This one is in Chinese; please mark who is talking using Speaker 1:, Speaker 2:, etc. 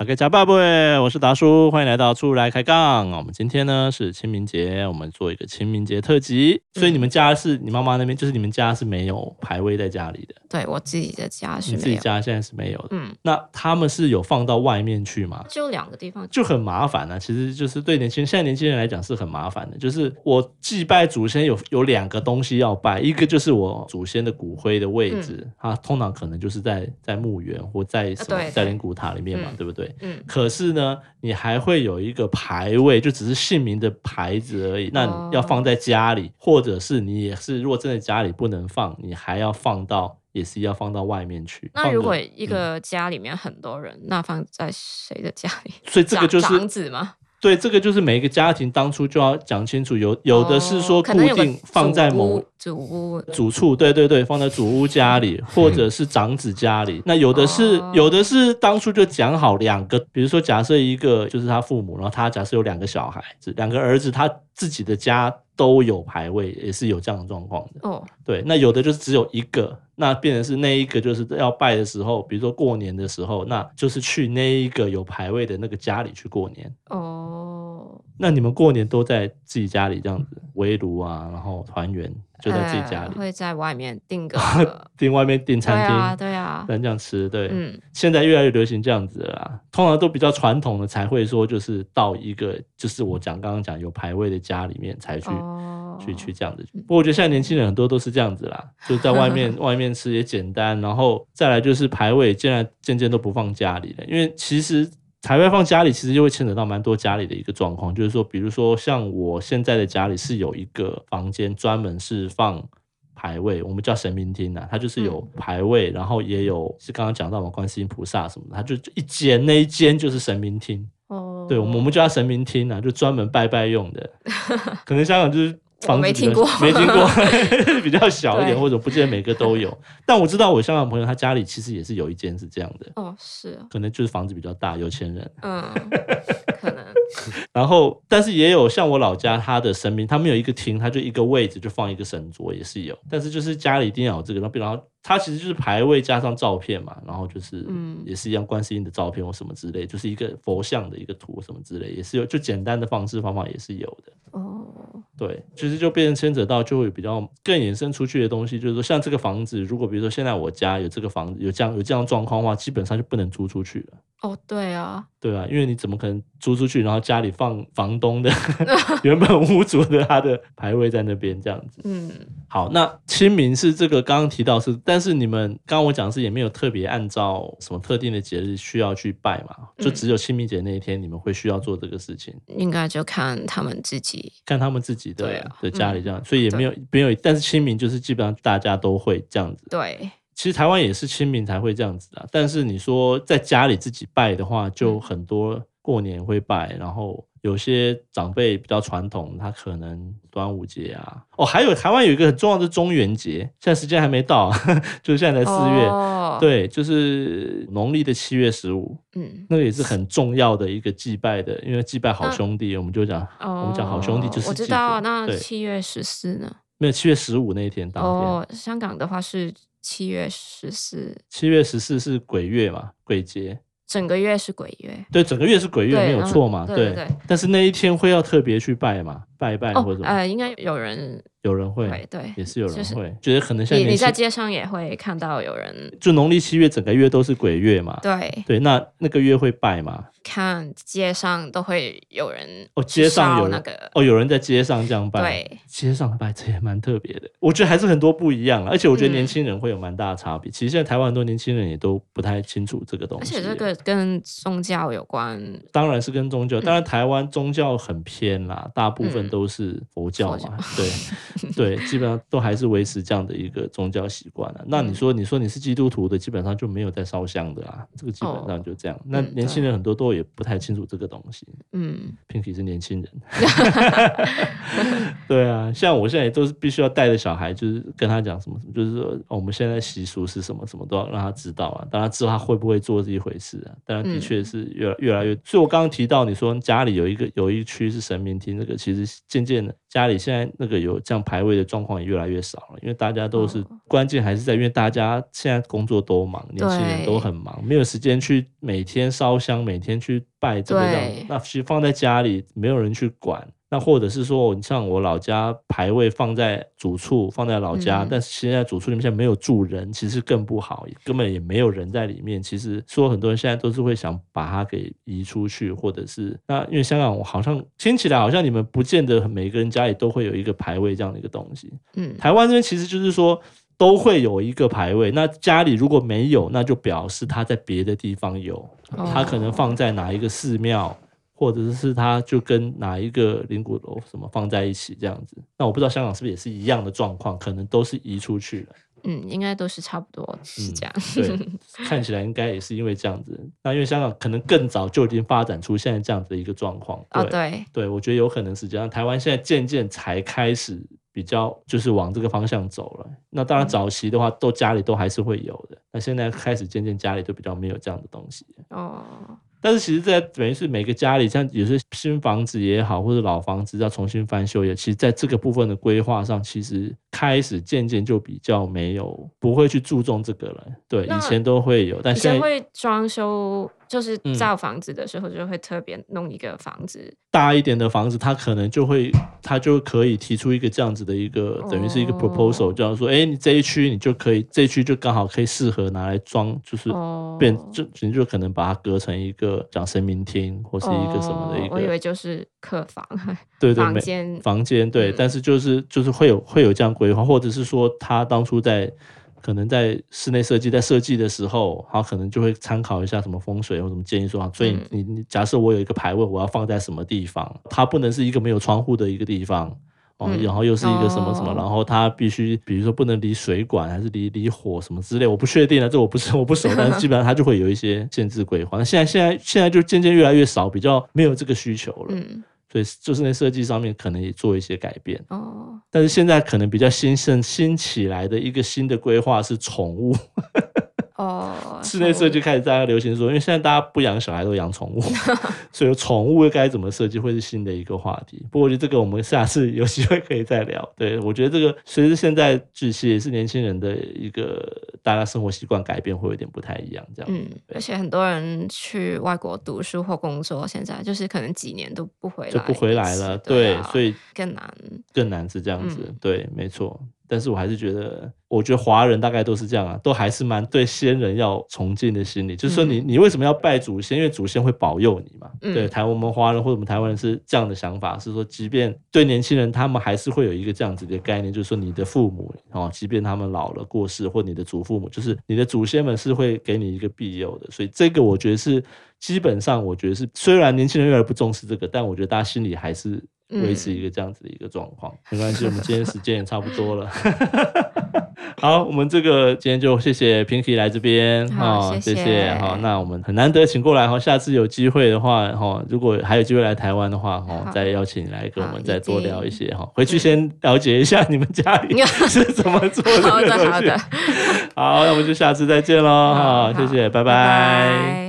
Speaker 1: 各位家爸爸，我是达叔，欢迎来到出来开杠。我们今天呢是清明节，我们做一个清明节特辑。
Speaker 2: 嗯
Speaker 1: 所以你们家是你妈妈那边，就是你们家是没有牌位在家里的，
Speaker 2: 对我自己的家是
Speaker 1: 你自
Speaker 2: 没
Speaker 1: 己
Speaker 2: 有，
Speaker 1: 家现在是没有的。
Speaker 2: 嗯，
Speaker 1: 那他们是有放到外面去吗？
Speaker 2: 只有两个地方，
Speaker 1: 就很麻烦啊，其实就是对年轻人现在年轻人来讲是很麻烦的。就是我祭拜祖先有有两个东西要拜，一个就是我祖先的骨灰的位置，它通常可能就是在在墓园或在什
Speaker 2: 嗯啊
Speaker 1: 么
Speaker 2: 对
Speaker 1: 在灵骨塔里面嘛，
Speaker 2: 嗯
Speaker 1: 对不对？
Speaker 2: 嗯，
Speaker 1: 可是呢，你还会有一个牌位，就只是姓名的牌子
Speaker 2: 哦
Speaker 1: 而已。那你要放在家里，或者是你也是，如果真的家里不能放，你还要放到也是要放到外面去。
Speaker 2: 那
Speaker 1: 放
Speaker 2: 如
Speaker 1: 着嗯
Speaker 2: 果一个家里面很多人，那放在谁的家里？
Speaker 1: 所以这个
Speaker 2: 长
Speaker 1: 就是
Speaker 2: 长子吗？
Speaker 1: 对，这个就是每一个家庭当初就要讲清楚，有有的是说
Speaker 2: 哦
Speaker 1: 固
Speaker 2: 可能有个
Speaker 1: 定放在某
Speaker 2: 祖屋，祖屋
Speaker 1: 主处，对对对，放在主屋家里，或者是长子家里。那有的是
Speaker 2: 哦
Speaker 1: 有的是当初就讲好两个，比如说假设一个就是他父母，然后他假设有两个小孩子，两个儿子，他自己的家都有牌位，也是有这样的状况的。
Speaker 2: 哦，
Speaker 1: 对，那有的就是只有一个，那变成是那一个就是要拜的时候，比如说过年的时候，那就是去那一个有牌位的那个家里去过年。
Speaker 2: 哦，
Speaker 1: 那你们过年都在自己家里这样子围炉啊，然后团圆就在自己家
Speaker 2: 呃
Speaker 1: 里，
Speaker 2: 会在外面订个
Speaker 1: 订、外面订
Speaker 2: 对
Speaker 1: 餐
Speaker 2: 啊，
Speaker 1: 厅，
Speaker 2: 对啊，
Speaker 1: 咱、这样吃。对，
Speaker 2: 嗯，
Speaker 1: 现在越来越流行这样子了啦。通常都比较传统的才会说，就是到一个就是我讲刚刚讲有牌位的家里面才去、
Speaker 2: 哦，
Speaker 1: 去去这样子。不过我觉得现在年轻人很多都是这样子啦，就在外面外面吃也简单，然后再来就是排位，现在渐渐都不放家里了，因为其实。排位放家里，其实就会牵扯到蛮多家里的一个状况，就是说，比如说像我现在的家里是有一个房间专门是放牌位，我们叫神明厅啊，它就是有牌位，然后也有是刚刚讲到嘛，观世音菩萨什么的，它就就一间那一间就是神明厅，
Speaker 2: 哦，
Speaker 1: 对，我们我们叫它神明厅啊，就专门拜拜用 的。可能香港就是房子
Speaker 2: 我没
Speaker 1: 比较
Speaker 2: 听过
Speaker 1: 没听过， 比较小一点，
Speaker 2: 对
Speaker 1: 或者不见得每个都有。但我知道我香港朋友他家里其实也是有一间是这样的，
Speaker 2: 哦是啊，
Speaker 1: 可能就是房子比较大，有钱人。
Speaker 2: 嗯，可能
Speaker 1: 然后，但是也有像我老家，他的神明，他们有一个厅，他就一个位置就放一个神桌，也是有。但是就是家里一定要有这个，然后比然后它其实就是牌位加上照片嘛，然后就是
Speaker 2: 嗯
Speaker 1: 也是一样观世音的照片或什么之类，就是一个佛像的一个图什么之类，也是有，就简单的方式方法也是有的。
Speaker 2: 哦，
Speaker 1: 对，其实就变成牵扯到就会比较更衍生出去的东西，就是说像这个房子，如果比如说现在我家有这个房子有这样有这样状况的话，基本上就不能租出去了。
Speaker 2: 哦对啊，
Speaker 1: 对啊，因为你怎么可能租出去，然后家里放房东 的原本屋主的他的牌位在那边这样子？
Speaker 2: 嗯，
Speaker 1: 好，那清明是这个刚刚提到是，但是你们刚刚我讲的是也没有特别按照什么特定的节日需要去拜嘛，就
Speaker 2: 嗯
Speaker 1: 只有清明节那一天你们会需要做这个事情，
Speaker 2: 应该就看他们自己，
Speaker 1: 看他们自己的、
Speaker 2: 对啊
Speaker 1: 的家里这样，所以也没有没有，但是清明就是基本上大家都会这样子。
Speaker 2: 对，
Speaker 1: 其实台湾也是清明才会这样子的，但是你说在家里自己拜的话，
Speaker 2: 嗯
Speaker 1: 就很多过年会拜，然后有些长辈比较传统，他可能端午节啊，哦，还有台湾有一个很重要的中元节，现在时间还没到， 就是现在才四月，
Speaker 2: 哦，
Speaker 1: 对，就是农历的七月十五，
Speaker 2: 嗯，
Speaker 1: 那个也是很重要的一个祭拜的，因为祭拜好
Speaker 2: 那
Speaker 1: 兄弟，我们就讲
Speaker 2: 哦，
Speaker 1: 我们讲好兄弟就是
Speaker 2: 我知
Speaker 1: 祭祖
Speaker 2: 道。那
Speaker 1: 对
Speaker 2: 七月十四呢？
Speaker 1: 没有七月十五那一天当天。
Speaker 2: 哦，香港的话是七月十四，
Speaker 1: 七月十四是鬼月嘛，鬼节，
Speaker 2: 整个月是鬼月。
Speaker 1: 对，整个月是鬼月
Speaker 2: 对
Speaker 1: 没有错嘛，
Speaker 2: 嗯对对对
Speaker 1: 但是那一天会要特别去拜嘛，拜一拜或
Speaker 2: 哦
Speaker 1: 者、，
Speaker 2: 呃，应该有人
Speaker 1: 有人会，
Speaker 2: 会对，
Speaker 1: 也是有人会，
Speaker 2: 就是
Speaker 1: 觉得可能像
Speaker 2: 你你
Speaker 1: 年轻
Speaker 2: 在街上也会看到有人
Speaker 1: 就农历七月整个月都是鬼月嘛，
Speaker 2: 对，
Speaker 1: 对，那那个月会拜嘛，
Speaker 2: 看街上都会有人
Speaker 1: 哦，街上
Speaker 2: 烧
Speaker 1: 有人、
Speaker 2: 那个
Speaker 1: 哦，有人在街上这样拜，。
Speaker 2: 对，
Speaker 1: 街上拜这也蛮特别的，我觉得还是很多不一样啦，啊而且我觉得
Speaker 2: 嗯
Speaker 1: 年轻人会有蛮大的差别。其实现在台湾很多年轻人也都不太清楚这个东
Speaker 2: 而
Speaker 1: 西，
Speaker 2: 且这个跟宗教有关，
Speaker 1: 当然是跟宗教，当然台湾宗教很偏啦，大部分都是佛教嘛，对 对，基本上都还是维持这样的一个宗教习惯了。那你说，你说你是基督徒的，基本上就没有在烧香的啦，这个基本上就这样。那
Speaker 2: 嗯
Speaker 1: 年轻人很多都也不太清楚这个东西
Speaker 2: 嗯，
Speaker 1: ，Pinky 是年轻人，对啊，像我现在也都是必须要带着小孩，就是跟他讲什么什么，就是说、哦、我们现在习俗是什么，什么都要让他知道啊。当然知道他会不会做是一回事啊。当然的
Speaker 2: 嗯
Speaker 1: 确是越来越来越。所以我刚刚提到你说家里有一个有一区是神明厅，那个其实渐渐的家里现在那个有这样排位的状况也越来越少了，因为大家都是、
Speaker 2: 哦
Speaker 1: 关键还是在因为大家现在工作都忙，年轻人
Speaker 2: 对
Speaker 1: 都很忙，没有时间去每天烧香，每天去拜这个
Speaker 2: 对
Speaker 1: 让。那其实放在家里没有人去管。那或者是说，你像我老家牌位放在主处，放在老家，
Speaker 2: 嗯
Speaker 1: 但是现在主处里面现在没有住人，其实更不好，根本也没有人在里面。其实说很多人现在都是会想把它给移出去，或者是那因为香港，我好像听起来好像你们不见得每个人家里都会有一个牌位这样的一个东西。
Speaker 2: 嗯，
Speaker 1: 台湾这边其实就是说都会有一个牌位，那家里如果没有，那就表示他在别的地方有，
Speaker 2: 哦
Speaker 1: 他可能放在哪一个寺庙。或者是他就跟哪一个灵骨楼什么放在一起这样子，那我不知道香港是不是也是一样的状况，可能都是移出去了。
Speaker 2: 嗯，应该都是差不多是这样。
Speaker 1: 嗯 对，看起来应该也是因为这样子。那因为香港可能更早就已经发展出现在这样子的一个状况。
Speaker 2: 哦，对，
Speaker 1: 对，我觉得有可能是这样。台湾现在渐渐才开始比较就是往这个方向走了。那当然
Speaker 2: 嗯
Speaker 1: 早期的话，都家里都还是会有的。那现在开始渐渐家里就比较没有这样的东西。
Speaker 2: 哦，
Speaker 1: 但是其实，在等于是每个家里，像有些新房子也好，或者老房子要重新翻修也，其实在这个部分的规划上，其实开始渐渐就比较没有不会去注重这个了。对，
Speaker 2: 那
Speaker 1: 以前都会有，但
Speaker 2: 以
Speaker 1: 现在
Speaker 2: 前会装修，就是
Speaker 1: 呃嗯
Speaker 2: 造房子的时候就会特别弄一个房子，
Speaker 1: 大一点的房子，它可能就会，它就可以提出一个这样子的一个，等于是一个
Speaker 2: 哦
Speaker 1: proposal，这样说，哎，你这一区你就可以，这一区就刚好可以适合拿来装，就是
Speaker 2: 哦，
Speaker 1: 变就你就可能把它隔成一个讲神明厅或是一个什么的一
Speaker 2: 哦我以
Speaker 1: 个，
Speaker 2: 为就是客房、
Speaker 1: 对对，
Speaker 2: 房
Speaker 1: 每
Speaker 2: 间，
Speaker 1: 房间对
Speaker 2: 嗯，
Speaker 1: 但是就是就是会有会有这样规划，或者是说他当初在可能在室内设计在设计的时候，他可能就会参考一下什么风水或什么建议说，啊所以
Speaker 2: 嗯
Speaker 1: 你你假设我有一个牌位，我要放在什么地方，它不能是一个没有窗户的一个地方。哦，
Speaker 2: 嗯
Speaker 1: 然后又是一个什么什么，
Speaker 2: 哦
Speaker 1: 然后它必须，比如说不能离水管，还是离离火什么之类，我不确定啊了，这我不是我 不熟，但是基本上它就会有一些限制规划。那现在现在现在就渐渐越来越少，比较没有这个需求了。
Speaker 2: 嗯，
Speaker 1: 所以就是在设计上面可能也做一些改变。
Speaker 2: 哦，
Speaker 1: 但是现在可能比较新盛新起来的一个新的规划是宠物，
Speaker 2: 哦，
Speaker 1: 室内设计
Speaker 2: 宠
Speaker 1: 开始大家流行说，因为现在大家不养小孩都养 宠物，所以宠物该怎么设计会是新的一个话题。不过我觉得这个我们下次有机会可以再聊。对我觉得这个随着现在这些也是年轻人的一个大家生活习惯改变会有点不太一样，这样
Speaker 2: 物，嗯，而且很多人去外国读书或工作，现在就是可能几年都不回来一次，
Speaker 1: 就不回来了。
Speaker 2: 对啊，
Speaker 1: 所以
Speaker 2: 更难，
Speaker 1: 更难是这样子，
Speaker 2: 嗯
Speaker 1: 对，没错。但是我还是觉得，我觉得华人大概都是这样啊，都还是蛮对先人要崇敬的心理。就是说你，你为什么要拜祖先？因为祖先会保佑你嘛。
Speaker 2: 嗯
Speaker 1: 对，台我们华人或者我们台湾人是这样的想法，是说，即便对年轻人，他们还是会有一个这样子的概念，就是说，你的父母哦，即便他们老了过世，或你的祖父母，就是你的祖先们是会给你一个庇佑的。所以这个我觉得是基本上，我觉得是虽然年轻人越来越不重视这个，但我觉得大家心里还是
Speaker 2: 嗯
Speaker 1: 维持一个这样子的一个状况。没关系，我们今天时间也差不多了。 好，我们这个今天就谢谢 Pinky 来这边
Speaker 2: 好
Speaker 1: 哦
Speaker 2: 谢谢
Speaker 1: 谢好、那我们很难得请过来哈，下次有机会的话哈、哦如果还有机会来台湾的话哈、哦
Speaker 2: 好
Speaker 1: 再邀请你来跟我们
Speaker 2: 好
Speaker 1: 再多
Speaker 2: 一定
Speaker 1: 聊一些哈、回去先了解一下你们家 里是怎么做这
Speaker 2: 好
Speaker 1: 个
Speaker 2: 的，
Speaker 1: 东
Speaker 2: 好
Speaker 1: 西
Speaker 2: 的。，
Speaker 1: 好，那我们就下次再见喽哈，谢谢，拜
Speaker 2: 拜拜